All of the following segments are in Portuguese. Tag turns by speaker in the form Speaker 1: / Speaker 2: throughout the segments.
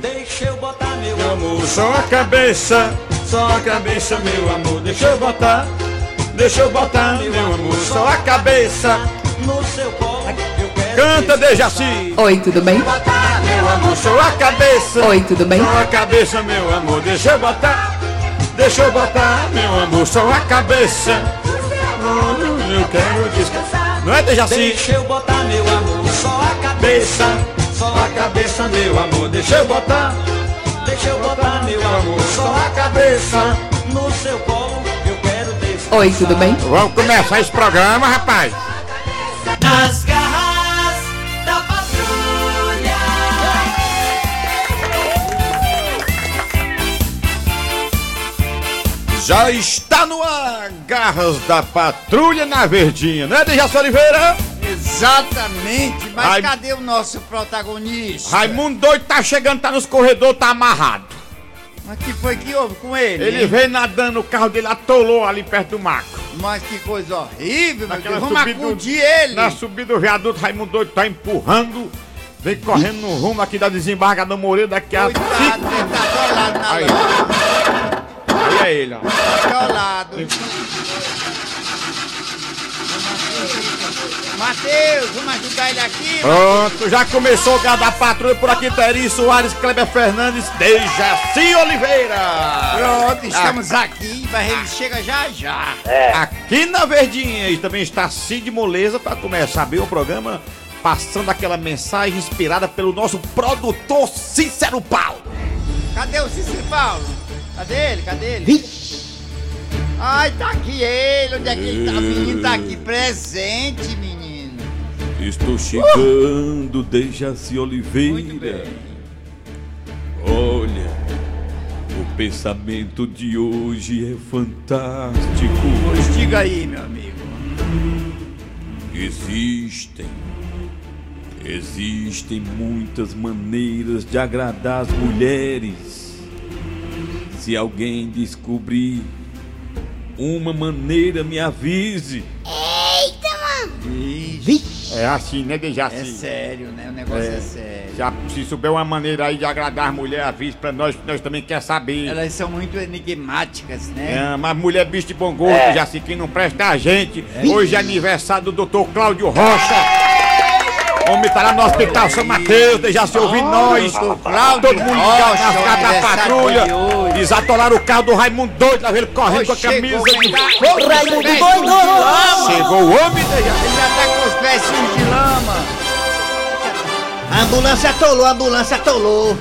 Speaker 1: Deixa eu botar meu amor.
Speaker 2: Só a cabeça, só a cabeça, meu amor. Deixa eu botar, deixa eu botar, meu amor. Só a cabeça.
Speaker 1: No seu colo eu quero.
Speaker 2: Canta,
Speaker 1: descansar.
Speaker 2: Dejaci.
Speaker 3: Oi, tudo bem?
Speaker 1: Botar meu amor.
Speaker 2: Só a cabeça.
Speaker 3: Oi, tudo bem?
Speaker 2: Só a cabeça, meu amor. Deixa eu botar, deixa eu botar, meu amor. Só a cabeça. Eu quero descansar. Não é, Dejaci?
Speaker 1: Deixa eu botar meu amor. Só a cabeça.
Speaker 2: Cabeça,
Speaker 1: Só a cabeça, meu amor. Deixa
Speaker 2: deixa eu botar,
Speaker 1: eu, deixa eu botar meu amor. Só
Speaker 2: só
Speaker 1: a
Speaker 2: a cabeça.
Speaker 1: cabeça. No seu colo eu quero descansar.
Speaker 3: Oi, tudo bem?
Speaker 2: Vamos começar esse programa, rapaz.
Speaker 1: Nas garras da patrulha.
Speaker 2: Já está no ar, garras da patrulha na verdinha, né, Dejaci Oliveira?
Speaker 4: Exatamente, mas
Speaker 2: Ai-
Speaker 4: cadê o nosso protagonista?
Speaker 2: Raimundo doido tá chegando, tá nos corredores, tá amarrado.
Speaker 4: Mas que foi que houve com ele?
Speaker 2: Ele
Speaker 4: hein?
Speaker 2: veio nadando, o carro dele atolou ali perto do maco.
Speaker 4: Mas que coisa horrível, meu
Speaker 2: Naquela
Speaker 4: Deus. Vamos
Speaker 2: subida-
Speaker 4: acudir ele.
Speaker 2: Na subida do viaduto, Raimundo doido tá empurrando, vem correndo no rumo aqui da desembargadora Moreira, daqui a
Speaker 4: Coitado,
Speaker 2: cinco...
Speaker 4: ele tá atolado na
Speaker 2: Aí.
Speaker 4: lama,
Speaker 2: Aí é ele, ó.
Speaker 4: tá atolado. Matheus, vamos ajudar ele aqui.
Speaker 2: Ah. Pronto, já começou o Gado da Patrulha por aqui, Teri Soares, Kleber Fernandes, Dejaci Oliveira.
Speaker 4: Pronto, estamos
Speaker 2: Ah.
Speaker 4: aqui, mas ele chega já já.
Speaker 2: É. Aqui na Verdinha e também está Cid Moleza para começar bem o programa, passando aquela mensagem inspirada pelo nosso produtor Cícero Paulo.
Speaker 4: Cadê o Cícero Paulo? Cadê ele? Cadê ele? Ai, tá aqui ele. Onde é que ele tá? O menino tá aqui presente, menino.
Speaker 5: Estou chegando, Dejaci
Speaker 4: Muito
Speaker 5: Oliveira.
Speaker 4: bem.
Speaker 5: Olha, o pensamento de hoje é fantástico.
Speaker 4: Pois diga aí, meu amigo.
Speaker 5: Existem, existem muitas maneiras de agradar as mulheres. Se alguém descobrir uma maneira, me avise.
Speaker 2: É assim, né,
Speaker 4: É
Speaker 2: Dejaci?
Speaker 4: sério, né? O negócio é, sério.
Speaker 2: Já se souber uma maneira aí de agradar as mulheres, avise pra nós, que nós também quer saber.
Speaker 4: Elas são muito enigmáticas, né?
Speaker 2: É, mas mulher bicho de bom gosto, já sei quem não presta é a gente. Hoje é aniversário do Dr. Cláudio Rocha.
Speaker 4: É.
Speaker 2: Homem tá lá no Hospital São Mateus, já se ouviu nós.
Speaker 4: Cláudio
Speaker 2: Todo mundo
Speaker 4: Rocha,
Speaker 2: ligado nas casas da
Speaker 4: aniversário
Speaker 2: patrulha.
Speaker 4: de hoje.
Speaker 2: Desatolaram o carro do Raimundo doido, lá vê ele correndo com a camisa.
Speaker 4: Chegou, ele tá-
Speaker 2: é
Speaker 3: Raimundo
Speaker 4: Pés
Speaker 3: doido!
Speaker 4: sujos de lama.
Speaker 2: Chegou o homem, Dejaci.
Speaker 4: Ele já tá com os pés sujos de lama.
Speaker 6: A ambulância atolou, a ambulância atolou.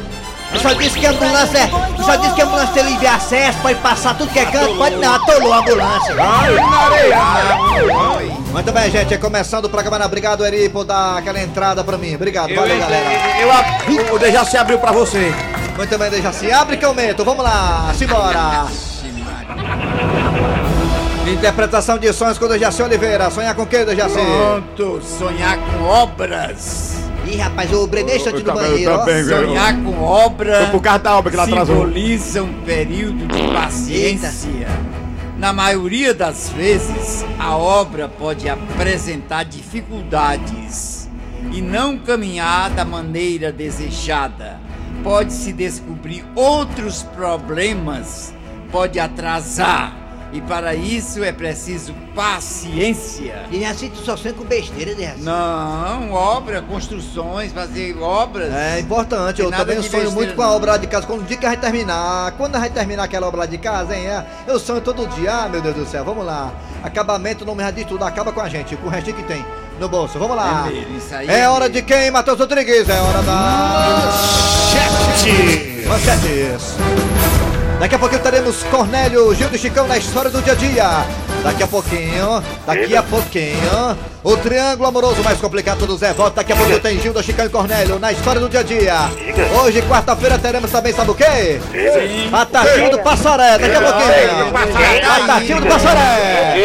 Speaker 6: Eu só disse que a ambulância, eu só disse que a ambulância tem livre acesso, pode passar tudo que é canto, pode não, atolou a ambulância.
Speaker 2: Ai, na areia.
Speaker 6: Muito bem, gente, começando o programa na Obrigado, Eri, por dar aquela entrada pra mim. Obrigado, valeu, galera.
Speaker 2: Eu, ab- o Dejaci abriu pra você.
Speaker 6: Muito bem, deixa assim. Abre que eu meto, vamos lá, simbora. Interpretação de sonhos com o Dejaci Oliveira. Sonhar com quem, Dejaci?
Speaker 4: Pronto, sonhar com obras.
Speaker 6: Ih, rapaz, o Brené está
Speaker 2: Eu
Speaker 6: aqui no
Speaker 2: também, eu
Speaker 6: banheiro, ó.
Speaker 2: também, viu?
Speaker 4: Sonhar com obra.
Speaker 2: Foi por causa da obra que ela atrasou.
Speaker 4: Simboliza um período de paciência. Na maioria das vezes, a obra pode apresentar dificuldades e não caminhar da maneira desejada. Pode-se descobrir outros problemas, pode atrasar, e para isso é preciso paciência.
Speaker 6: Dejaci, assim tu só sonha com besteira, né, Dejaci.
Speaker 4: Não, obra, construções, fazer obras.
Speaker 6: É importante, eu
Speaker 4: Tem nada
Speaker 6: também
Speaker 4: de
Speaker 6: sonho
Speaker 4: besteira,
Speaker 6: muito com a
Speaker 4: não.
Speaker 6: obra lá de casa. Quando o dia que a gente terminar, quando a gente terminar aquela obra lá de casa, hein? é, eu sonho todo dia, ah, meu Deus do céu, vamos lá. Acabamento, não me radica tudo, acaba com a gente, com o restinho que tem no bolso, vamos lá.
Speaker 4: É mesmo, isso aí
Speaker 6: É
Speaker 4: é
Speaker 6: hora
Speaker 4: mesmo.
Speaker 6: de quem, Matheus Rodrigues? É hora da. Manchetes! Daqui a pouquinho teremos Cornélio Gil do Chicão na história do dia a dia. Daqui a pouquinho, daqui a pouquinho, o triângulo amoroso mais complicado do Zé Volta. Daqui a pouquinho tem Gil do Chicão e Cornélio na história do dia a dia. Hoje, quarta-feira, teremos também, sabe o quê? A Tatinha do Passaré, daqui a pouquinho. A Tatinha do Passaré.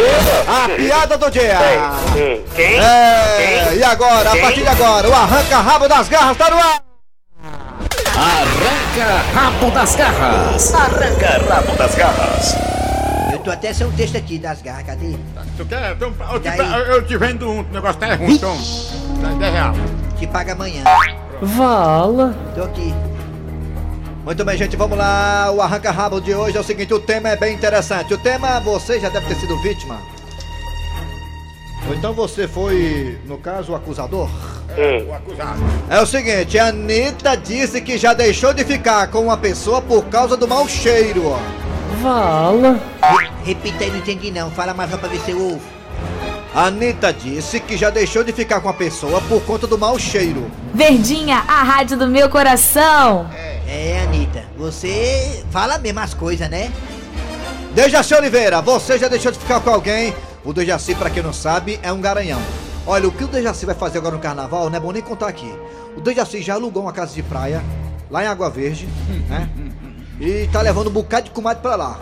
Speaker 6: A piada do dia.
Speaker 7: Quem?
Speaker 6: É, e agora, a partir de agora, o arranca-rabo das garras tá no ar.
Speaker 7: Eu tô até sem um texto aqui das garras, cadê?
Speaker 2: Tu quer? Então, eu, te,
Speaker 7: Daí?
Speaker 2: eu- eu te vendo um, o negócio tá é ruim, então. Tá 10 reais.
Speaker 7: Te paga amanhã.
Speaker 8: Vala.
Speaker 7: Tô aqui.
Speaker 6: Muito bem, gente, vamos lá. O arranca-rabo de hoje é o seguinte: o tema é bem interessante. O tema, você já deve ter sido vítima. Ou então você foi, no caso, o acusador.
Speaker 2: O acusado.
Speaker 6: É o seguinte: a Anitta disse que já deixou de ficar com uma pessoa por causa do mau cheiro.
Speaker 7: Repita aí, não entendi não. Fala mais uma pra ver se eu ouvo.
Speaker 6: A Anitta disse que já deixou de ficar com a pessoa por conta do mau cheiro.
Speaker 3: Verdinha, a rádio do meu coração.
Speaker 7: É, Anitta, você fala mesmo as coisas, né?
Speaker 6: Dejaci Oliveira, você já deixou de ficar com alguém? O Dejaci, pra quem não sabe, é um garanhão. Olha, o que o Dejaci vai fazer agora no carnaval não é bom nem contar aqui. O Dejaci já alugou uma casa de praia, lá em Água Verde, né? E tá levando um bocado de comadre pra lá.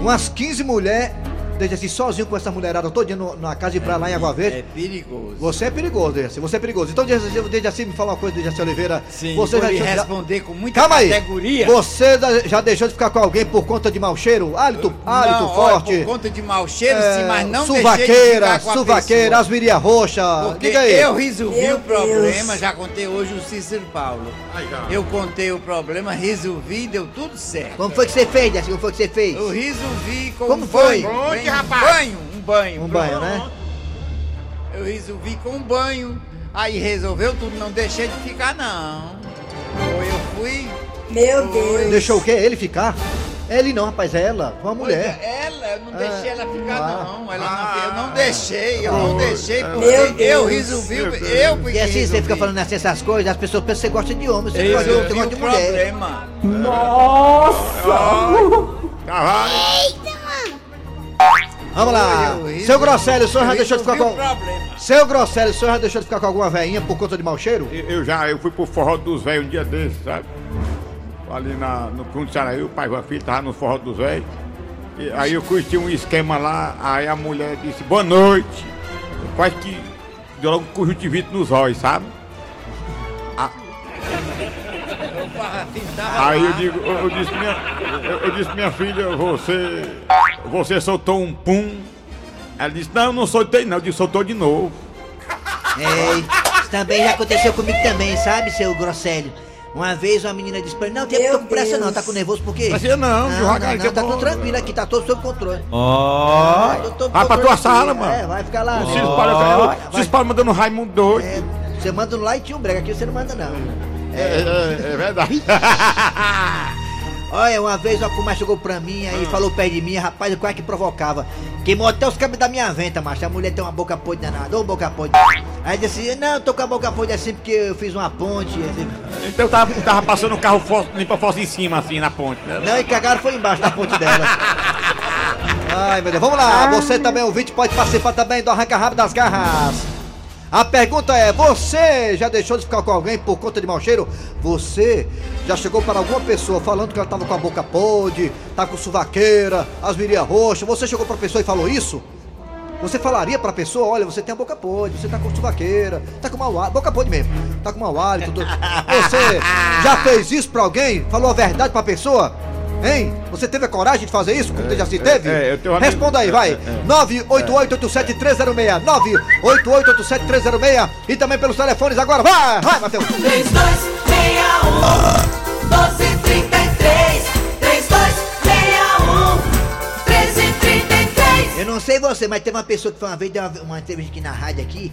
Speaker 6: Umas 15 mulheres, Dejaci sozinho com essa mulherada todinha no, na casa de praia lá em Água Verde.
Speaker 4: É perigoso.
Speaker 6: Você é perigoso, Dejaci, você é perigoso. Então, Dejaci, Dejaci me fala uma coisa, Dejaci Oliveira.
Speaker 4: Sim,
Speaker 6: você
Speaker 4: vou
Speaker 6: já
Speaker 4: lhe
Speaker 6: deixou de-
Speaker 4: responder com muita
Speaker 6: Calma aí.
Speaker 4: categoria.
Speaker 6: Você da- já deixou de ficar com alguém por conta de mau cheiro? Hálito, hálito
Speaker 4: olha,
Speaker 6: forte.
Speaker 4: por conta de mau cheiro,
Speaker 6: é,
Speaker 4: sim, mas não deixei de
Speaker 6: suvaqueira,
Speaker 4: ficar com a
Speaker 6: suvaqueira,
Speaker 4: pessoa.
Speaker 6: as viria roxa.
Speaker 4: Porque
Speaker 6: Diga aí.
Speaker 4: eu resolvi
Speaker 7: Meu
Speaker 4: o problema,
Speaker 7: Deus.
Speaker 4: já contei hoje o Cícero Paulo.
Speaker 2: Aí já.
Speaker 4: Eu contei o problema, resolvi, deu tudo certo.
Speaker 7: Como foi que você fez, Dejaci? Como foi que você fez?
Speaker 4: Eu resolvi com
Speaker 6: Como
Speaker 4: um
Speaker 6: foi?
Speaker 4: banho.
Speaker 2: Onde,
Speaker 4: Bem, um
Speaker 2: rapaz?
Speaker 4: banho, um banho.
Speaker 6: Um
Speaker 4: pronto.
Speaker 6: banho, né?
Speaker 4: Eu resolvi com um banho. Aí resolveu tudo, não deixei de ficar, não. Foi, eu fui.
Speaker 8: Meu Deus.
Speaker 6: Deixou o quê? Ele ficar? Ele não, rapaz, é ela. Uma
Speaker 4: Pois é,
Speaker 6: mulher.
Speaker 4: Ela, eu não
Speaker 6: Ah,
Speaker 4: deixei ela ficar,
Speaker 6: ah,
Speaker 4: não. Ela
Speaker 2: ah,
Speaker 4: não, eu não deixei, eu não deixei,
Speaker 8: Meu
Speaker 4: porque eu
Speaker 8: Deus.
Speaker 4: resolvi, eu fui
Speaker 6: é
Speaker 7: Porque
Speaker 4: que
Speaker 7: assim, você
Speaker 4: resolvi.
Speaker 7: fica
Speaker 6: né?
Speaker 7: falando assim essas coisas, as pessoas pensam que você gosta de homem, você
Speaker 4: Eu
Speaker 7: gosta de homem, você
Speaker 4: resolvi
Speaker 7: gosta de
Speaker 4: o
Speaker 7: mulher.
Speaker 4: problema.
Speaker 2: Caralho.
Speaker 6: Vamos lá.
Speaker 4: Eu resolvi-
Speaker 6: Ah. Seu Grosselio, o senhor já
Speaker 4: eu
Speaker 6: deixou de ficar
Speaker 4: resolvi
Speaker 6: com.
Speaker 4: o problema.
Speaker 6: Seu Grosselio, o senhor já deixou de ficar com alguma veinha por conta de mau cheiro?
Speaker 2: Eu eu já eu fui pro forró dos velhos um dia desses, sabe? Ali na, no fundo de Saraí, o pai e a filha tava no forró dos velhos. E Aí eu curti um esquema lá, aí a mulher disse, boa noite. Quase que deu logo um conjuntivite nos olhos, sabe?
Speaker 4: Pintava
Speaker 2: Aí eu
Speaker 4: lá.
Speaker 2: digo, eu, eu disse, minha, eu, eu disse, minha filha, você. Você soltou um pum. Ela disse, não, eu não soltei não, eu disse, soltou de novo.
Speaker 7: É, isso também já aconteceu comigo também, sabe, seu Grosselio? Uma vez uma menina disse pra ele, não, tem
Speaker 8: Meu
Speaker 7: tô com pressa não,
Speaker 8: Deus.
Speaker 7: tá com nervoso por quê?
Speaker 2: Mas eu não,
Speaker 7: não,
Speaker 2: devagar,
Speaker 7: não,
Speaker 2: que eu
Speaker 7: tá
Speaker 2: vou-
Speaker 7: tudo tranquilo aqui, tá todo sob controle.
Speaker 5: Ó,
Speaker 7: Tô- tô-
Speaker 2: Vai
Speaker 7: tô
Speaker 2: pra tua
Speaker 7: tranquilo.
Speaker 2: sala, mano.
Speaker 7: É, vai ficar lá.
Speaker 2: O Cisco Paulo, o Cisco Paulo mandando um Raimundo doido.
Speaker 7: É, você manda um like e um brega, aqui você não manda não.
Speaker 2: É, é, é verdade.
Speaker 7: Olha, uma vez uma comadre chegou pra mim, aí
Speaker 2: Ah.
Speaker 7: falou perto de mim, rapaz, eu quase que provocava. Queimou até os cabos da minha venta, macho. A mulher tem uma boca podre danada, ô boca podre. Aí disse, não, eu tô com a boca podre assim porque eu fiz uma ponte. assim."
Speaker 2: Então eu tava, tava passando um carro fo- limpa fósforo em cima, assim, na ponte. né?
Speaker 7: Não, e cagaram foi embaixo da ponte dela.
Speaker 6: Ai, meu Deus. Vamos lá. Você também, ouvinte, pode participar também do Arranca Rabo das Garras. A pergunta é: você já deixou de ficar com alguém por conta de mau cheiro? Você já chegou para alguma pessoa falando que ela tava com a boca podre, tá com suvaqueira, as virilhas roxas? Você chegou pra pessoa e falou isso? Você falaria pra pessoa: olha, você tem a boca podre, você tá com suvaqueira, tá com mau hálito, boca podre mesmo, tá com mau hálito. tô- Você já fez isso pra alguém? Falou a verdade pra pessoa? Hein? Você teve a coragem de fazer isso? Como você já se teve?
Speaker 2: é, eu tenho um amigo-
Speaker 6: Responda aí, vai. 98887-306. 98887-306. E também pelos telefones agora. Vai, vai, Matheus.
Speaker 1: 3261 1233 3261 1333
Speaker 7: Eu não sei você, mas teve uma pessoa que foi uma vez, deu uma, uma entrevista aqui na rádio aqui,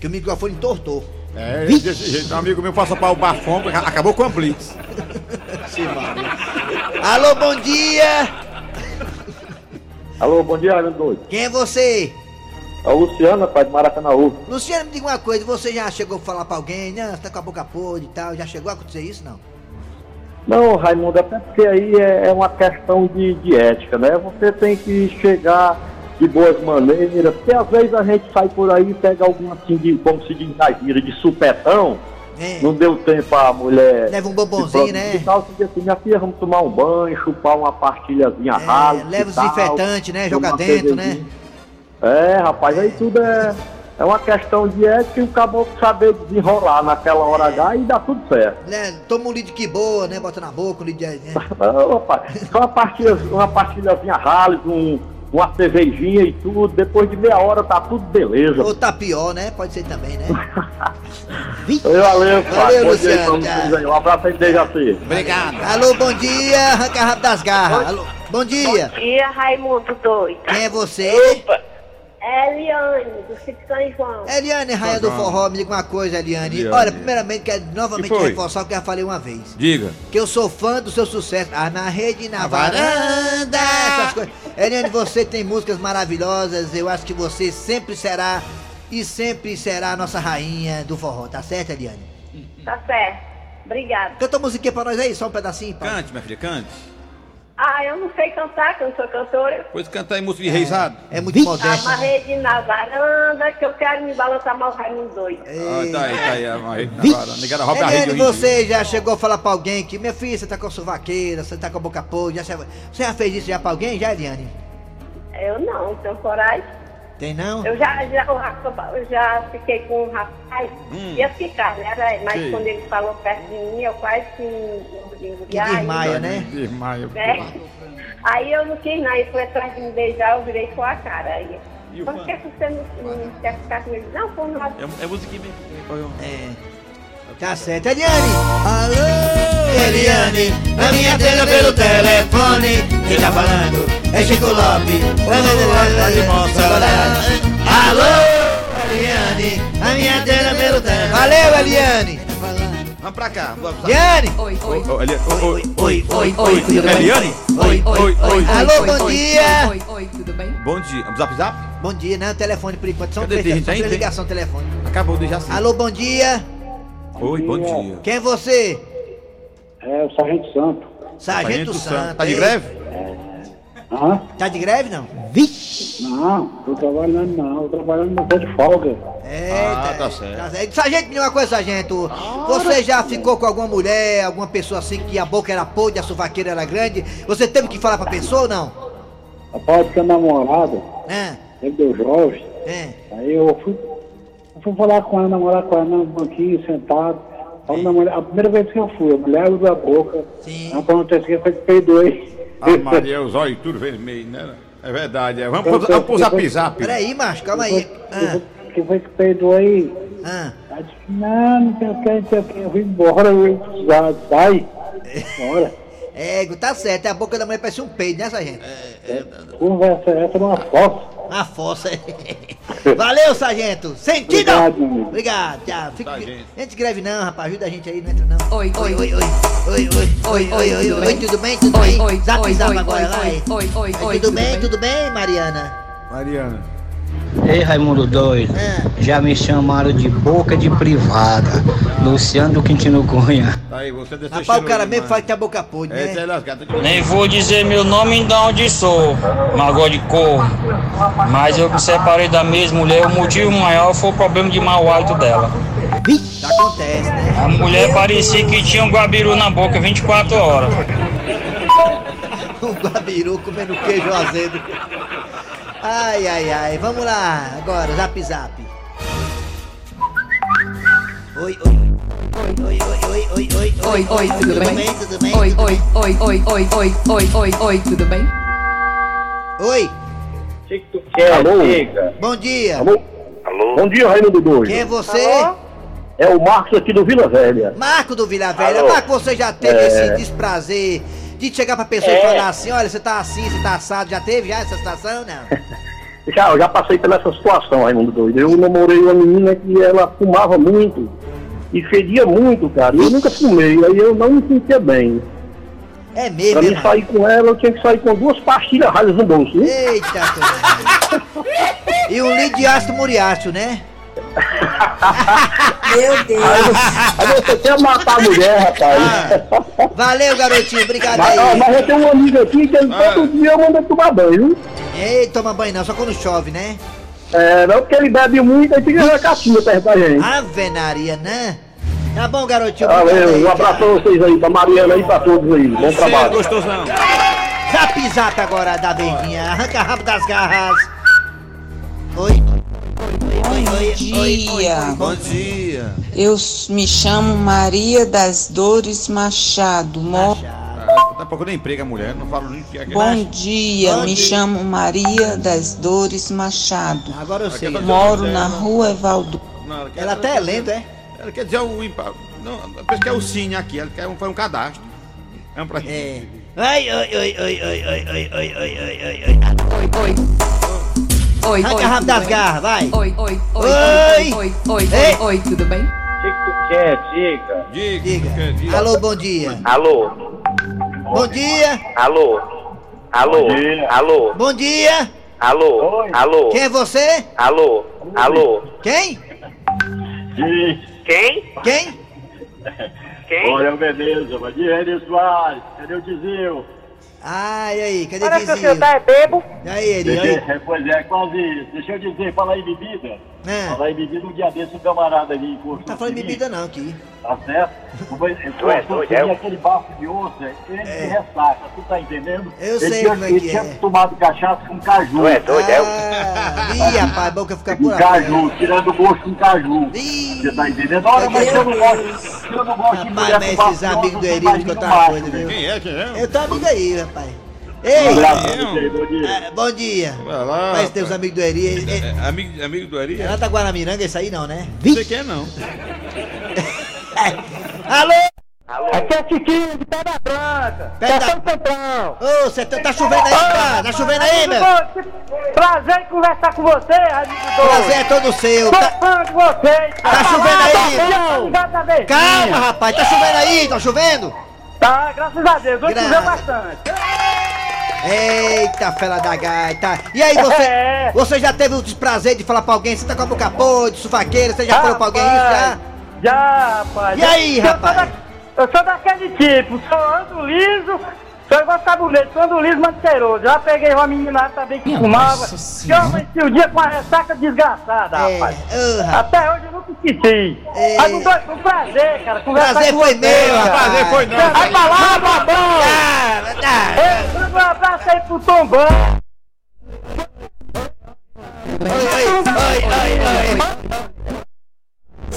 Speaker 7: que o microfone entortou.
Speaker 2: É, desse jeito. Um amigo meu passou para o Bafom, acabou com a Blitz.
Speaker 7: Alô, bom dia!
Speaker 9: Alô, bom dia, meu doido.
Speaker 7: Quem é você?
Speaker 9: É o Luciano, pai de Maracanãú.
Speaker 7: Luciano, me diga uma coisa, você já chegou a falar pra alguém, não, você tá com a boca podre e tal, já chegou a acontecer isso, não?
Speaker 9: Não, Raimundo, até porque aí é, é uma questão de, de ética, né? Você tem que chegar de boas maneiras, porque às vezes a gente sai por aí e pega algum assim, de, como se diz na gíria, de supetão,
Speaker 7: É,
Speaker 9: não deu tempo a mulher...
Speaker 7: leva um
Speaker 9: se
Speaker 7: bombonzinho,
Speaker 9: produzir
Speaker 7: né?
Speaker 9: E tal, você diz assim, minha filha, vamos tomar um banho, chupar uma pastilhazinha
Speaker 7: É,
Speaker 9: rasa e
Speaker 7: leva os
Speaker 9: tal,
Speaker 7: desinfetantes, né? Joga
Speaker 9: tomar
Speaker 7: dentro,
Speaker 9: cervejinha.
Speaker 7: né?
Speaker 9: É, rapaz, aí tudo é, é uma questão de ética e o caboclo saber desenrolar naquela hora
Speaker 7: É.
Speaker 9: H e dá tudo certo.
Speaker 7: Né, Toma um litro que boa, né? Bota na boca, um litro de. né?
Speaker 9: Ah, Não, rapaz, só uma partilha, uma partilhazinha Hallis, um, uma cervejinha e tudo, depois de meia hora tá tudo beleza.
Speaker 7: Ou tá pior, né? Pode ser também, né? Valeu,
Speaker 9: Valeu, valeu, Fábio. Bom dia aí pra
Speaker 7: Luciano,
Speaker 9: vocês aí. Um abraço aí, Dejaci.
Speaker 4: Obrigado.
Speaker 7: Alô, bom dia, arranca rabo das garras. Alô, bom dia.
Speaker 8: Dia Raimundo doido.
Speaker 7: Quem é você?
Speaker 8: É Eliane, do Sítio São João.
Speaker 7: Eliane, rainha do forró, me diga uma coisa, Eliane.
Speaker 5: Eliane.
Speaker 7: Olha, primeiramente, quero novamente
Speaker 5: Que foi?
Speaker 7: reforçar o que eu já falei uma vez.
Speaker 5: Diga.
Speaker 7: Que eu sou fã do seu sucesso. Ah, na rede, na
Speaker 4: Na
Speaker 7: varanda,
Speaker 4: varanda.
Speaker 7: essas coisas. Eliane, você tem músicas maravilhosas. Eu acho que você sempre será e sempre será a nossa rainha do forró. Tá certo, Eliane?
Speaker 8: Tá certo. Obrigada.
Speaker 7: Canta uma musiquinha pra nós aí, só um pedacinho. Paulo.
Speaker 5: Cante, minha filha, cante.
Speaker 8: Ah, eu não sei cantar, que eu não sou cantora.
Speaker 5: Pois cantar aí música de reisado.
Speaker 7: É muito modesta. né?
Speaker 8: Amarrei de na varanda, que eu quero me balançar mal Raimundo doido.
Speaker 5: Ah, tá aí, tá aí. a rede na varanda. Negada rouba a rede
Speaker 7: Eliane,
Speaker 5: hoje em dia.
Speaker 7: você já chegou a falar pra alguém que, minha filha, você tá com sovaqueira, você tá com a boca podre, já se- você já fez isso já pra alguém, já, Eliane?
Speaker 8: Eu não, tenho coragem.
Speaker 7: Tem não?
Speaker 8: Eu já, já, eu já- eu já fiquei com um rapaz,
Speaker 5: Hum.
Speaker 8: ia ficar, né? velho? Mas
Speaker 5: Sim.
Speaker 8: quando ele falou perto de mim, eu quase que engoli.
Speaker 7: Que desmaia, né?
Speaker 2: Desmaio.
Speaker 8: né? Aí eu não quis não, ele foi atrás de me beijar, eu virei com a cara. Aí,
Speaker 5: E o
Speaker 8: por
Speaker 5: fã?
Speaker 8: que você não, não quer ficar comigo? Não, um por nada.
Speaker 5: É, é musiquinha mesmo.
Speaker 7: É. Tá certo, Eliane!
Speaker 4: Alô,
Speaker 7: Eliane, na minha tela pelo telefone, quem tá falando é Chico Lopes,
Speaker 4: de Mossoró.
Speaker 7: tá Alô, Eliane, na minha tela pelo telefone. Valeu, Eliane!
Speaker 4: Vamos pra cá. Vamos lá.
Speaker 7: Eliane!
Speaker 3: Oi, oi,
Speaker 5: Ô, Eliane, ô, ô,
Speaker 7: Oi, oi,
Speaker 3: oi, tudo bem?
Speaker 5: Eliane?
Speaker 7: Oi,
Speaker 5: oi, oi.
Speaker 7: Alô, bom dia!
Speaker 3: Oi, oi, tudo bem?
Speaker 5: Bom dia. Zap zap?
Speaker 7: Bom dia, não, telefone por enquanto, um são
Speaker 5: Cadê?
Speaker 7: três,
Speaker 5: Tem
Speaker 7: são
Speaker 5: gente aí?
Speaker 7: três
Speaker 5: Tem?
Speaker 7: ligações telefônicas.
Speaker 5: Acabou de já
Speaker 7: Alô, bom dia!
Speaker 5: Oi, bom dia.
Speaker 7: Quem é você?
Speaker 9: É, o Sargento Santo.
Speaker 7: Sargento Santos.
Speaker 5: Tá de
Speaker 7: Ei,
Speaker 5: greve?
Speaker 9: Hã?
Speaker 7: Tá de greve, não?
Speaker 9: Não, tô trabalhando não, tô trabalhando no pé de folga.
Speaker 7: É,
Speaker 5: Ah, tá certo.
Speaker 7: Sargento, me diga uma coisa, sargento. Você já ficou com alguma mulher, alguma pessoa assim que a boca era podre, a sovaqueira era grande? Você teve que falar pra pessoa ou não?
Speaker 9: A parte que a namorada,
Speaker 7: É,
Speaker 9: ele deu jovem,
Speaker 7: é.
Speaker 9: aí eu fui, eu fui falar com ela, namorar com ela no banquinho, sentado. A, mulher, a primeira vez que eu fui, a mulher abriu a boca,
Speaker 7: Sim.
Speaker 9: a pergunta esquerda foi que perdoei.
Speaker 2: A Ah, Maria, os olhos tudo vermelho, né? É verdade. É. Vamos pro, vamos pro zap zap.
Speaker 7: Peraí, macho, calma aí.
Speaker 6: Ah.
Speaker 9: Que foi- Que foi que perdoou aí?
Speaker 7: Ah,
Speaker 9: Ela disse, não, não sei o que, não sei o que, eu vim embora, eu já sai. Bora.
Speaker 7: ah. É, tá certo, a boca da mulher parece um peido, né, sargento?
Speaker 5: É.
Speaker 9: Conversa essa numa fossa.
Speaker 7: Uma força. Valeu, sargento. Sentido!
Speaker 9: Obrigado, meu amigo.
Speaker 7: Obrigado, tchau. Fica...
Speaker 5: Sargento.
Speaker 7: Gente, greve não, rapaz. Ajuda a gente aí, não entra não.
Speaker 3: Oi, oi,
Speaker 7: oi, oi. Oi, oi, oi, oi, oi, oi, tudo bem? Tudo
Speaker 3: Oi,
Speaker 7: bem?
Speaker 3: oi,
Speaker 7: zap,
Speaker 3: oi,
Speaker 7: zap
Speaker 3: oi,
Speaker 7: agora,
Speaker 3: oi,
Speaker 7: vai.
Speaker 3: oi, oi, oi,
Speaker 7: Tudo,
Speaker 3: oi, tudo
Speaker 7: bem,
Speaker 3: bem?
Speaker 7: tudo bem, Mariana?
Speaker 2: Mariana.
Speaker 10: Ei, Raimundo doido.
Speaker 7: Ah,
Speaker 10: Já me chamaram de boca de privada. Luciano do Quintino Cunha.
Speaker 2: Tá aí, você deixa
Speaker 7: rapaz, o cara mesmo fala que tem a boca podre,
Speaker 2: É,
Speaker 7: né?
Speaker 2: é lascado.
Speaker 11: Nem vou dizer meu nome e de onde sou, Magó de cor. Mas eu me separei da mesma mulher, o motivo maior foi o problema de mau hálito dela.
Speaker 7: Acontece, né?
Speaker 11: A mulher parecia que tinha um guabiru na boca 24 horas.
Speaker 7: Um guabiru comendo queijo azedo. Ai, ai, ai. Vamos lá, agora, zap, zap. Oi, oi. Oi, oi, oi, oi, oi,
Speaker 3: Oi, oi, tudo bem?
Speaker 7: Tudo bem?
Speaker 3: Oi, oi, oi, oi, oi, oi, oi, oi, oi, tudo bem?
Speaker 7: Oi,
Speaker 9: é Alô?
Speaker 7: bom dia.
Speaker 9: Alô? Alô? Bom dia, Raimundo Doido.
Speaker 7: Quem é você?
Speaker 9: É o Marcos aqui do Vila Velha.
Speaker 7: Marco do Vila Velha.
Speaker 9: Alô?
Speaker 7: Marco, você já teve
Speaker 9: É.
Speaker 7: esse desprazer de chegar pra pessoa e falar assim, olha, você tá assim, você tá assado. Já teve já essa situação, não?
Speaker 9: Já, eu já passei pela essa situação, Raimundo Doido. Eu namorei uma menina que ela fumava muito e fedia muito, cara. E eu nunca fumei, aí eu não me sentia bem.
Speaker 7: É
Speaker 9: Pra
Speaker 7: mesmo,
Speaker 9: mim
Speaker 7: é, Marco?
Speaker 9: sair com ela, eu tinha que sair com duas pastilhas rasas no bolso. né?
Speaker 7: Eita, coisa. E um litro de ácido muriático, né?
Speaker 9: Aí você quer matar a mulher, rapaz.
Speaker 7: Valeu, garotinho. Obrigado
Speaker 9: Mas, ó,
Speaker 7: aí.
Speaker 9: mas eu tenho um amigo aqui que ele
Speaker 5: Ah.
Speaker 9: todo dia manda tomar banho, viu?
Speaker 7: Ei, toma banho não, só quando chove, né?
Speaker 9: É, não porque ele bebe muito, aí fica na caixinha perto da gente.
Speaker 7: Avenaria, né? Tá bom, garotinho. obrigado aí,
Speaker 9: Valeu, um
Speaker 7: tchau.
Speaker 9: abraço pra vocês aí, pra Mariana aí, pra todos aí. Bom
Speaker 5: Você
Speaker 9: trabalho.
Speaker 5: gostosão.
Speaker 7: Zap zap agora da verdinha, arranca rabo das garras. Oi. Oi, oi, oi, oi,
Speaker 5: Bom dia.
Speaker 12: Eu s- me chamo Maria das Dores Machado, moro
Speaker 7: oi.
Speaker 5: Tá
Speaker 2: Tá procurando emprego a mulher, não falo nem o que é. que é.
Speaker 12: Bom dia,
Speaker 2: Bom
Speaker 12: me
Speaker 2: dia.
Speaker 12: chamo Maria das Dores Machado.
Speaker 7: Agora eu
Speaker 9: tá
Speaker 7: sei.
Speaker 12: Moro na rua Evaldo.
Speaker 2: Não, ela, quer-
Speaker 7: Ela até é lenta, é?
Speaker 2: ela quer dizer o. impa- Não, ela pensa que é o Cine aqui, ela quer um, foi um cadastro. É um pra É.
Speaker 7: Ai, ai, ai, ai, ai, ai, ai, ai, ai, ai, ai, ai. Oi, oi.
Speaker 13: Oi,
Speaker 7: Arranca
Speaker 13: oi,
Speaker 7: rabo
Speaker 13: tudo
Speaker 7: das
Speaker 13: bem?
Speaker 7: garras, vai.
Speaker 13: Oi, oi, oi,
Speaker 7: Oi.
Speaker 13: oi, oi, oi,
Speaker 7: Ei.
Speaker 13: oi, oi, tudo bem?
Speaker 9: É, diga.
Speaker 2: Diga.
Speaker 7: Alô, bom dia.
Speaker 9: Alô,
Speaker 7: Bom dia.
Speaker 9: alô, alô, alô,
Speaker 7: Bom dia.
Speaker 9: alô, alô,
Speaker 7: Quem é você?
Speaker 9: alô, alô.
Speaker 7: Quem?
Speaker 9: Quem?
Speaker 7: Quem?
Speaker 9: Quem? Olha, beleza, mas Dieres Soares, cadê o Dizil?
Speaker 7: Ai, aí, cadê
Speaker 9: Parece que
Speaker 7: Dizinho?
Speaker 9: o seu tá
Speaker 7: é bebo. E aí, Eri? aí?
Speaker 9: É, pois é, quase isso. Deixa eu dizer, falar em bebida. Falar em bebida, um dia desse um camarada ali encostou.
Speaker 7: Ah, Não tá falando de bebida não aqui.
Speaker 9: Tá certo? Mas
Speaker 7: Tu é doido, é?
Speaker 9: aquele bafo de osso, é, ele se ressaca, tu tá entendendo?
Speaker 7: Eu
Speaker 9: ele
Speaker 7: sei
Speaker 9: tinha,
Speaker 7: como é
Speaker 9: ele
Speaker 7: que
Speaker 9: tinha
Speaker 7: é.
Speaker 9: tomado cachaça com caju.
Speaker 7: Tu é doido, é?
Speaker 9: Ah,
Speaker 7: Ih, rapaz, a boca fica
Speaker 9: com
Speaker 7: por aí.
Speaker 9: caju, tirando o gosto com caju. Você tá entendendo? Olha, mas eu não gosto, eu não gosto de
Speaker 7: Rapaz,
Speaker 9: mulher
Speaker 7: mas
Speaker 9: com bafo
Speaker 7: esses
Speaker 9: de osso,
Speaker 7: amigos do
Speaker 9: eu
Speaker 7: Eri que eu tava
Speaker 9: imagino
Speaker 7: doido,
Speaker 9: mais.
Speaker 7: viu?
Speaker 2: é, quem é?
Speaker 7: Eu tô amigo aí, rapaz.
Speaker 9: Um
Speaker 7: Ei!
Speaker 9: abraço, Dizil, bom dia.
Speaker 7: Ah, Bom dia.
Speaker 2: Vai lá,
Speaker 7: Mas tem os amigos do Eri. ele- ele-
Speaker 2: É, amigo, amigo do Ari?
Speaker 7: Ela tá Guaramiranga, isso aí não, né?
Speaker 2: Não sei quem é, não.
Speaker 7: Alô? Alô? Aqui é Tiquinho de Pedra Branca. Pedra Branca. Ô, você tá, tá chovendo aí, cara? Tá chovendo aí, meu?
Speaker 14: Prazer em conversar com você, Radicador.
Speaker 7: Prazer é todo seu. Tá,
Speaker 14: fã de você. Tá
Speaker 7: tá chovendo aí.
Speaker 14: Exatamente.
Speaker 7: Calma, rapaz. Tá chovendo aí? Tá chovendo?
Speaker 14: Tá, graças a Deus. Hoje
Speaker 7: Graças.
Speaker 14: choveu bastante.
Speaker 7: Eita, fela da gaita. E aí, você,
Speaker 14: É.
Speaker 7: você já teve o desprazer de falar pra alguém? Você tá com a boca podre, sufaqueira? Você já falou pra alguém isso? Já?
Speaker 14: Já, rapaz.
Speaker 7: E aí,
Speaker 14: Eu sou
Speaker 7: rapaz?
Speaker 14: da- Eu sou daquele tipo, só ando liso, sou igual sabonete, só ando liso, mas cheiroso. Já peguei uma menina também que
Speaker 7: Minha
Speaker 14: fumava,
Speaker 7: Nossa
Speaker 14: que eu
Speaker 7: Senhora.
Speaker 14: amanheci o dia com uma ressaca desgraçada,
Speaker 7: É.
Speaker 14: rapaz. Até hoje eu nunca esqueci. Mas não foi foi um prazer, cara, conversar
Speaker 7: Prazer
Speaker 14: com
Speaker 7: foi
Speaker 14: você,
Speaker 7: meu,
Speaker 14: cara.
Speaker 7: rapaz. Prazer foi não.
Speaker 14: Vai pra lá, babão! Ei, manda Um abraço aí pro Tombão.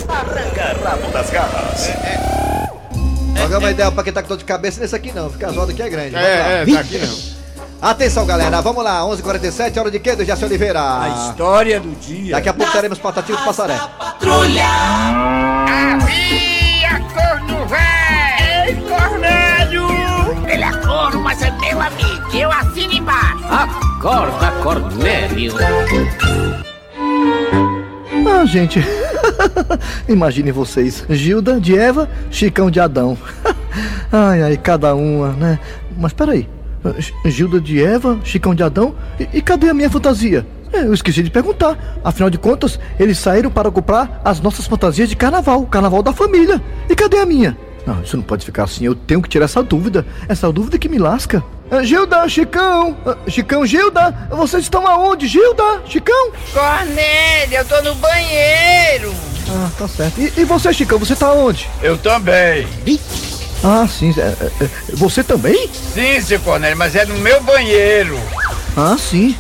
Speaker 15: Arranca rabo das garras.
Speaker 6: Programa ideal pra quem tá com dor de cabeça nesse aqui não, fica a zoada aqui é grande. Vamos lá.
Speaker 15: É, é, daqui não.
Speaker 6: Atenção, galera. Vamos lá, 11h47, hora de quê, do Jaci Oliveira? A
Speaker 15: história do dia.
Speaker 6: Daqui a pouco teremos Patativo e Passaré.
Speaker 4: Havia corno véi! Ei, Cornélio! Ele é corno, mas é meu amigo. Eu assino embaixo.
Speaker 16: Acorda, Cornélio.
Speaker 17: Ah, gente. Imaginem vocês, Gilda de Eva, Chicão de Adão. ai, ai, cada uma, né? Mas peraí, G- Gilda de Eva, Chicão de Adão, e, e cadê a minha fantasia? É, Eu esqueci de perguntar. Afinal de contas, eles saíram para comprar as nossas fantasias de carnaval, carnaval da família. E cadê a minha? Não, isso não pode ficar assim. Eu tenho que tirar essa dúvida. Essa dúvida que me lasca. Ah, Gilda, Chicão, ah, Chicão, Gilda, vocês estão aonde? Gilda, Chicão?
Speaker 4: Cornélio, eu tô no banheiro.
Speaker 17: Ah, tá certo. E, e você, Chicão, você tá onde?
Speaker 15: Eu também.
Speaker 17: Ah, sim. é, é, é, você também?
Speaker 15: Sim, seu Cornélio, mas é no meu banheiro.
Speaker 17: Ah, sim.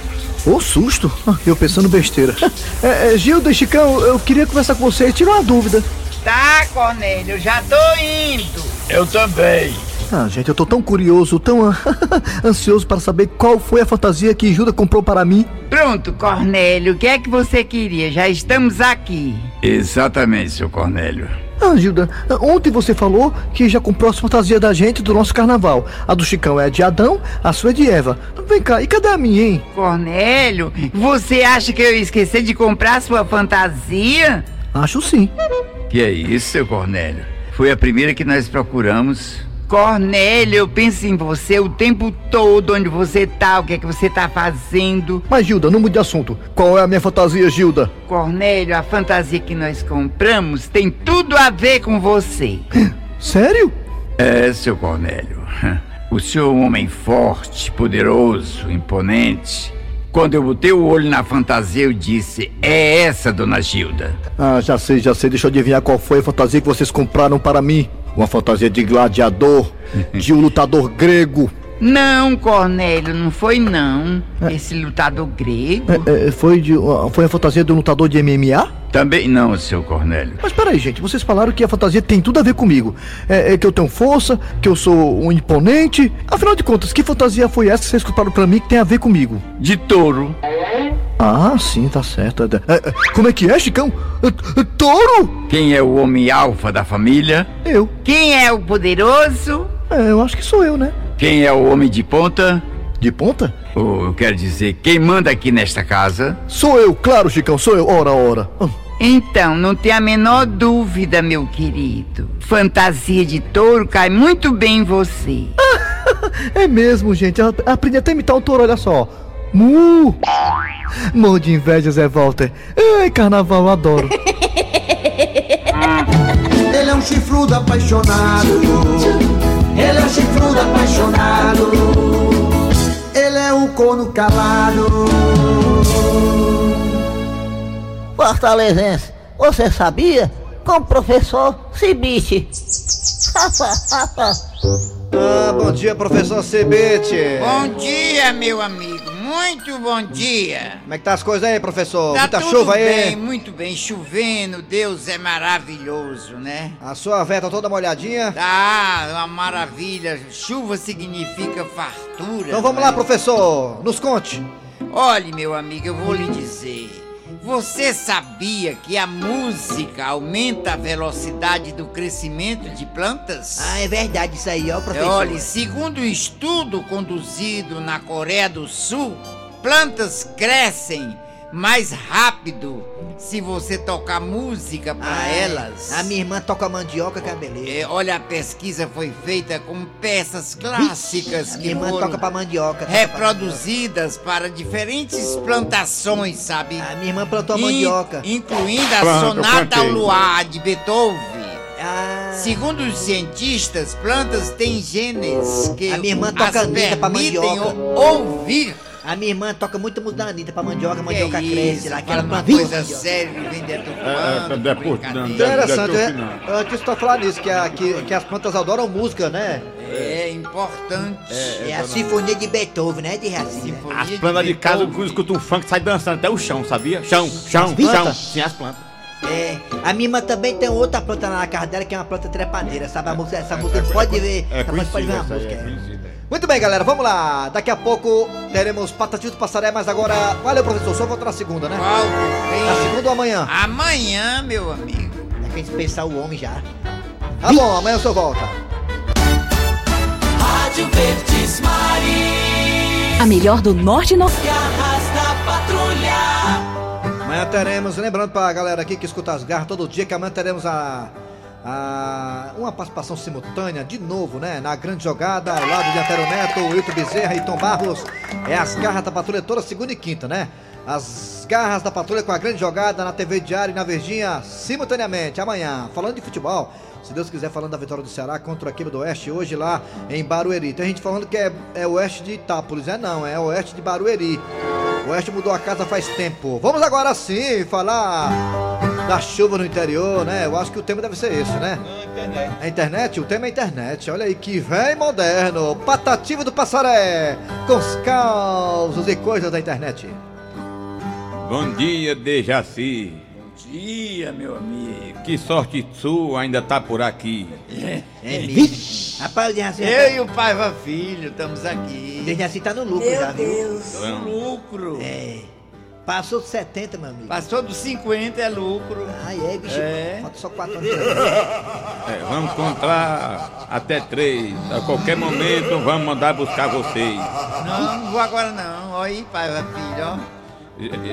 Speaker 17: Ô, susto. Ah, eu pensando besteira. É, é, Gilda e Chicão, eu queria conversar com vocês, tirar uma dúvida.
Speaker 4: Tá, Cornélio, já tô indo.
Speaker 15: Eu também.
Speaker 17: Ah, gente, eu tô tão curioso, tão ah, ansioso para saber qual foi a fantasia que Gilda comprou para mim.
Speaker 4: Pronto, Cornélio, o que é que você queria? Já estamos aqui.
Speaker 15: Exatamente, seu Cornélio.
Speaker 17: Ah, Gilda, ontem você falou que já comprou as fantasias da gente do nosso carnaval. A do Chicão é de Adão, a sua é de Eva. Vem cá, e cadê a minha, hein?
Speaker 4: Cornélio, você acha que eu ia esquecer de comprar sua fantasia?
Speaker 17: Acho sim.
Speaker 15: Que é isso, seu Cornélio? Foi a primeira que nós procuramos.
Speaker 4: Cornélio, eu penso em você o tempo todo, onde você tá, o que é que você tá fazendo.
Speaker 17: Mas, Gilda, não mude de assunto. Qual é a minha fantasia, Gilda?
Speaker 4: Cornélio, a fantasia que nós compramos tem tudo a ver com você.
Speaker 17: Sério?
Speaker 15: É, seu Cornélio. O senhor é um homem forte, poderoso, imponente. Quando eu botei o olho na fantasia, eu disse: É essa, dona Gilda.
Speaker 17: Ah, já sei, já sei. Deixa eu adivinhar qual foi a fantasia que vocês compraram para mim. Uma fantasia de gladiador, de um lutador grego.
Speaker 18: Não, Cornélio, não foi não. Esse lutador grego.
Speaker 17: É, é, foi, de, foi a fantasia de um lutador de MMA?
Speaker 15: Também não, seu Cornélio.
Speaker 17: Mas peraí, gente, vocês falaram que a fantasia tem tudo a ver comigo. É, é que eu tenho força, que eu sou um imponente. Afinal de contas, que fantasia foi essa que vocês escutaram pra mim que tem a ver comigo?
Speaker 15: De touro.
Speaker 17: Ah, sim, tá certo. É, é, como é que é, Chicão? É, é, touro?
Speaker 15: Quem é o homem alfa da família?
Speaker 17: Eu.
Speaker 18: Quem é o poderoso?
Speaker 17: É, eu acho que sou eu, né?
Speaker 15: Quem é o homem de ponta?
Speaker 17: De ponta?
Speaker 15: Ou eu quero dizer, quem manda aqui nesta casa?
Speaker 17: Sou eu, claro, Chicão, sou eu. Ora, ora. Ah.
Speaker 18: Então, não tem a menor dúvida, meu querido. Fantasia de touro cai muito bem em você.
Speaker 17: É mesmo, gente. Eu aprendi até a imitar o touro, olha só. Mu! Morro de inveja, Zé Walter. Ai, carnaval, eu adoro.
Speaker 19: Ele é um chifrudo apaixonado. Ele é um chifrudo apaixonado. Ele é um corno calado.
Speaker 20: Fortalezense, você sabia? Com o professor Cibite.
Speaker 6: Ah, bom dia, professor Cebete.
Speaker 4: Bom dia, meu amigo. Muito bom dia.
Speaker 6: Como é que tá as coisas aí, professor?
Speaker 4: Tá
Speaker 6: Muita
Speaker 4: tudo
Speaker 6: chuva aí?
Speaker 4: bem, muito bem. Chovendo, Deus é maravilhoso, né?
Speaker 6: A sua véia tá toda molhadinha?
Speaker 4: Tá, uma maravilha. Chuva significa fartura. né?
Speaker 6: Então vamos lá, professor. Nos conte.
Speaker 4: Olhe, meu amigo, eu vou lhe dizer. Você sabia que a música aumenta a velocidade do crescimento de plantas?
Speaker 7: Ah, é verdade isso aí, ó, professor.
Speaker 4: Olha, segundo um estudo conduzido na Coreia do Sul, plantas crescem mais rápido se você tocar música para
Speaker 7: Ah, é.
Speaker 4: elas.
Speaker 7: A minha irmã toca mandioca, que é uma beleza.
Speaker 4: É, olha, a pesquisa foi feita com peças clássicas
Speaker 7: A
Speaker 4: que
Speaker 7: minha irmã
Speaker 4: foram
Speaker 7: toca pra mandioca. toca pra
Speaker 4: reproduzidas para diferentes plantações, sabe? A
Speaker 7: minha irmã plantou a Ah, mandioca.
Speaker 4: Incluindo a
Speaker 2: Ah,
Speaker 7: Planta,
Speaker 4: Sonata ao
Speaker 7: plantei.
Speaker 4: Luar de Beethoven.
Speaker 7: Ah,
Speaker 4: Segundo os cientistas, plantas têm genes que
Speaker 7: A minha irmã toca
Speaker 4: as
Speaker 7: anitta pra
Speaker 4: permitem
Speaker 7: mandioca.
Speaker 4: o- ouvir.
Speaker 7: A minha irmã toca muito música da Anitta pra mandioca,
Speaker 4: Que
Speaker 7: mandioca
Speaker 4: isso,
Speaker 7: cresce lá, aquela
Speaker 4: fala uma
Speaker 7: planta.
Speaker 4: coisa séria, vem dentro do
Speaker 2: É,
Speaker 4: plano,
Speaker 2: é, pô, não, né? não,
Speaker 6: Interessante,
Speaker 2: não,
Speaker 6: é.
Speaker 2: não.
Speaker 6: Antes de falar nisso, que, a- que, que as plantas adoram música, né?
Speaker 4: É importante.
Speaker 7: É, a sinfonia de Beethoven, né, de Racine?
Speaker 4: Sinfonia
Speaker 2: As plantas de casa, quando escuta um funk, sai dançando até o chão, sabia? Chão, chão, chão.
Speaker 7: plantas?
Speaker 2: Sim, as plantas.
Speaker 7: É, a minha irmã também tem outra planta lá na casa dela, que é uma planta trepadeira, sabe? A música, essa música pode ver,
Speaker 6: é
Speaker 7: essa música pode ver
Speaker 6: conhecida
Speaker 7: a
Speaker 6: essa aí, é
Speaker 7: música.
Speaker 6: Muito bem, galera, vamos lá. Daqui a pouco teremos Patati do Passaré, mas agora. Valeu, professor. Só voltar na segunda, né?
Speaker 7: Tá
Speaker 6: Na segunda ou amanhã?
Speaker 4: Amanhã, meu amigo.
Speaker 7: É pra gente pensar o homem já.
Speaker 6: Tá bom, amanhã eu só volta.
Speaker 19: Rádio Verdes Maris.
Speaker 21: A melhor do norte e nordeste.
Speaker 19: Que arrasta a patrulha.
Speaker 6: Amanhã teremos, lembrando pra galera aqui que escuta as garras todo dia, que amanhã teremos a. a- uma participação simultânea, de novo, né? Na grande jogada, ao lado de Antero Neto, Wilton Bezerra e Tom Barros. É as garras da patrulha toda segunda e quinta, né? As garras da patrulha com a grande jogada na TV Diário e na Verdinha, simultaneamente, amanhã. Falando de futebol, se Deus quiser, falando da vitória do Ceará contra a equipe do Oeste hoje lá em Barueri. Tem gente falando que é, é Oeste de Itápolis, é não, é Oeste de Barueri. O Oeste mudou a casa faz tempo. Vamos agora sim falar da chuva no interior, né? Eu acho que o tema deve ser esse, né? A internet? O tema é internet. Olha aí que vem moderno. Patativa do Passaré. Com os causos e coisas da internet.
Speaker 2: Bom dia, Dejaci.
Speaker 5: Dia, meu amigo.
Speaker 2: Que sorte sua ainda tá por aqui.
Speaker 7: É mesmo. Rapaz, o Dejaci...
Speaker 4: Eu e o Paiva Filho estamos aqui.
Speaker 7: O Dejaci tá no lucro
Speaker 4: Meu
Speaker 7: já, viu?
Speaker 4: Deus. Lucro.
Speaker 7: É. Passou dos 70, meu amigo.
Speaker 4: Passou dos 50 é lucro.
Speaker 7: Ah, é, bicho.
Speaker 4: É.
Speaker 7: Falta só 4 anos. pra mim.
Speaker 2: É, vamos contar até três. A qualquer momento vamos mandar buscar vocês.
Speaker 4: Não, não vou agora não. Olha aí, Paiva Filho, ó.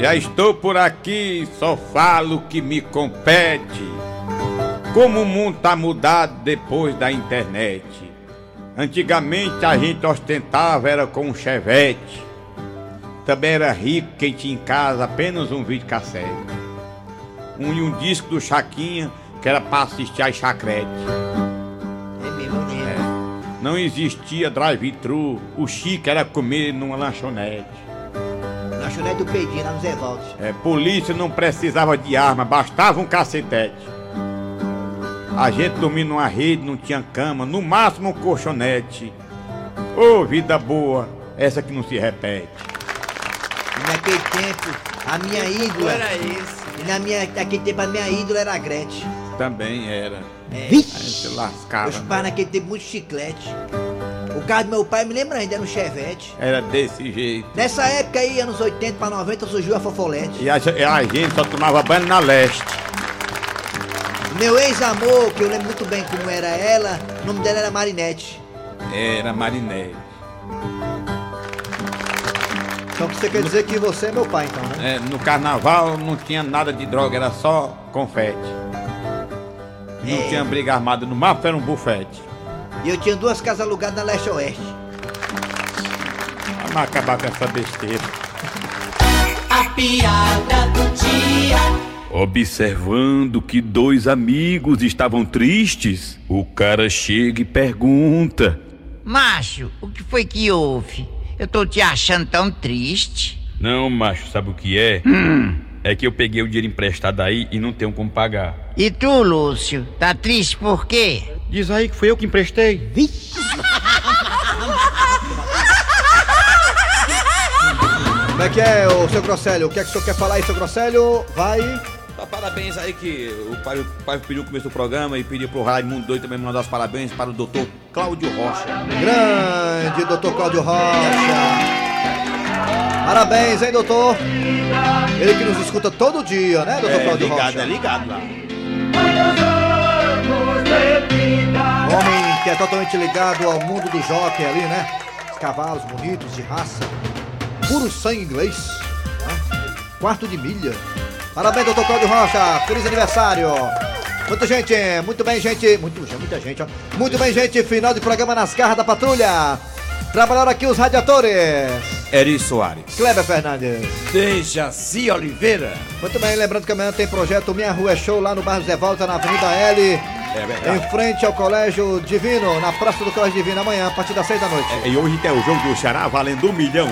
Speaker 2: Já estou por aqui, só falo o que me compete. Como o mundo tá mudado depois da internet. Antigamente a gente ostentava era com um chevette. Também era rico quem tinha em casa apenas um videocassete. Um e um disco do Chaquinha que era para assistir às chacrete.
Speaker 7: É mesmo, né?
Speaker 2: Não existia drive-thru, o chique era comer numa lanchonete.
Speaker 7: Na chulé é do Pedinho, lá no Zé Valdes.
Speaker 2: É, polícia não precisava de arma, bastava um cacetete. A gente dormia numa rede, não tinha cama, no máximo um colchonete. Ô, vida boa, essa que não se repete.
Speaker 7: Naquele tempo, a minha ídola.
Speaker 2: Era
Speaker 7: isso. Na minha, naquele tempo, a minha ídola era a Gretchen.
Speaker 2: Também era.
Speaker 7: É.
Speaker 2: Aí se lascava. né?
Speaker 7: Meus pais naquele tempo, muito chiclete. O carro do meu pai, me lembra ainda, era um Chevette.
Speaker 2: Era desse jeito.
Speaker 7: Nessa época aí, anos 80 para 90, surgiu a Fofolete.
Speaker 2: E a, e a gente só tomava banho na leste.
Speaker 7: Meu ex-amor, que eu lembro muito bem como era ela, o nome dela era Marinette.
Speaker 2: Era marinete.
Speaker 6: Então você quer dizer que você é meu pai, então, né?
Speaker 2: É, no carnaval não tinha nada de droga, era só confete. Não tinha briga armada, no mapa era um bufete.
Speaker 7: E eu tinha duas casas alugadas na Leste Oeste.
Speaker 2: Vamos acabar com essa besteira.
Speaker 19: A piada do dia.
Speaker 21: Observando que dois amigos estavam tristes, o cara chega e pergunta:
Speaker 18: Macho, o que foi que houve? Eu tô te achando tão triste.
Speaker 21: Não, macho, sabe o que é? É que eu peguei o dinheiro emprestado aí e não tenho como pagar.
Speaker 18: E tu, Lúcio, tá triste por quê?
Speaker 21: Diz aí que fui eu que emprestei.
Speaker 6: Como é que é, ô seu Grosselho? O que é que o senhor quer falar aí, seu Grosselho? Vai.
Speaker 5: Tá, Parabéns aí que o pai, o pai pediu no começo do programa e pediu pro Raimundo Doido também mandar os parabéns para o doutor Cláudio Rocha.
Speaker 6: Grande doutor Cláudio Rocha. Parabéns, hein, doutor? Ele que nos escuta todo dia, né, doutor
Speaker 5: É,
Speaker 6: Cláudio
Speaker 5: ligado,
Speaker 6: Rocha?
Speaker 5: é ligado lá.
Speaker 6: Homem que é totalmente ligado ao mundo do jockey ali, né? Cavalos bonitos, de raça. Puro sangue inglês. né? Quarto de milha. Parabéns, doutor Cláudio Rocha. Feliz aniversário. Muita gente, muito bem, gente. Muito, já muita gente, ó. Muito bem, gente. Final de programa nas garras da patrulha. Trabalharam aqui os radiadores.
Speaker 5: Eri Soares.
Speaker 6: Kleber Fernandes.
Speaker 5: Dejaci Oliveira.
Speaker 6: Muito bem, lembrando que amanhã tem projeto Minha Rua é Show lá no bairro Zé Volta, na Avenida L.
Speaker 5: É verdade.
Speaker 6: Em frente ao Colégio Divino, na Praça do Colégio Divino, amanhã, a partir das seis da noite.
Speaker 5: E hoje tem o jogo do Xará valendo um milhão.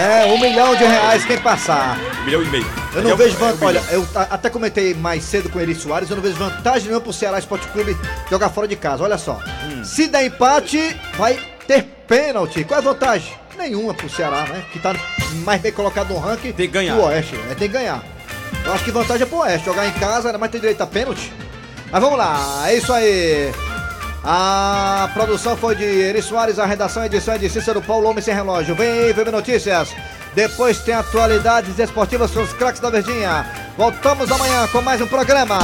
Speaker 6: É, um milhão de reais quem passar.
Speaker 5: Um milhão e meio. É um
Speaker 6: Eu não vejo vantagem. Olha, eu ta- até comentei mais cedo com o Eri Soares, eu não vejo vantagem nenhuma pro Ceará Esporte Clube jogar fora de casa. Olha só. Se der empate, vai ter pênalti. Qual é a vantagem? Nenhuma pro Ceará, né? Que tá mais bem colocado no ranking tem que
Speaker 5: ganhar.
Speaker 6: do Oeste. Né? Tem que ganhar. Eu acho que vantagem é pro Oeste. Jogar em casa, né? mas tem direito a pênalti. Mas vamos lá, é isso aí. A produção foi de Eri Soares, a redação e edição é de Cícero Paulo, Homem Sem Relógio. Vem aí, VM Notícias. Depois tem atualidades esportivas com os craques da Verdinha. Voltamos amanhã com mais um programa.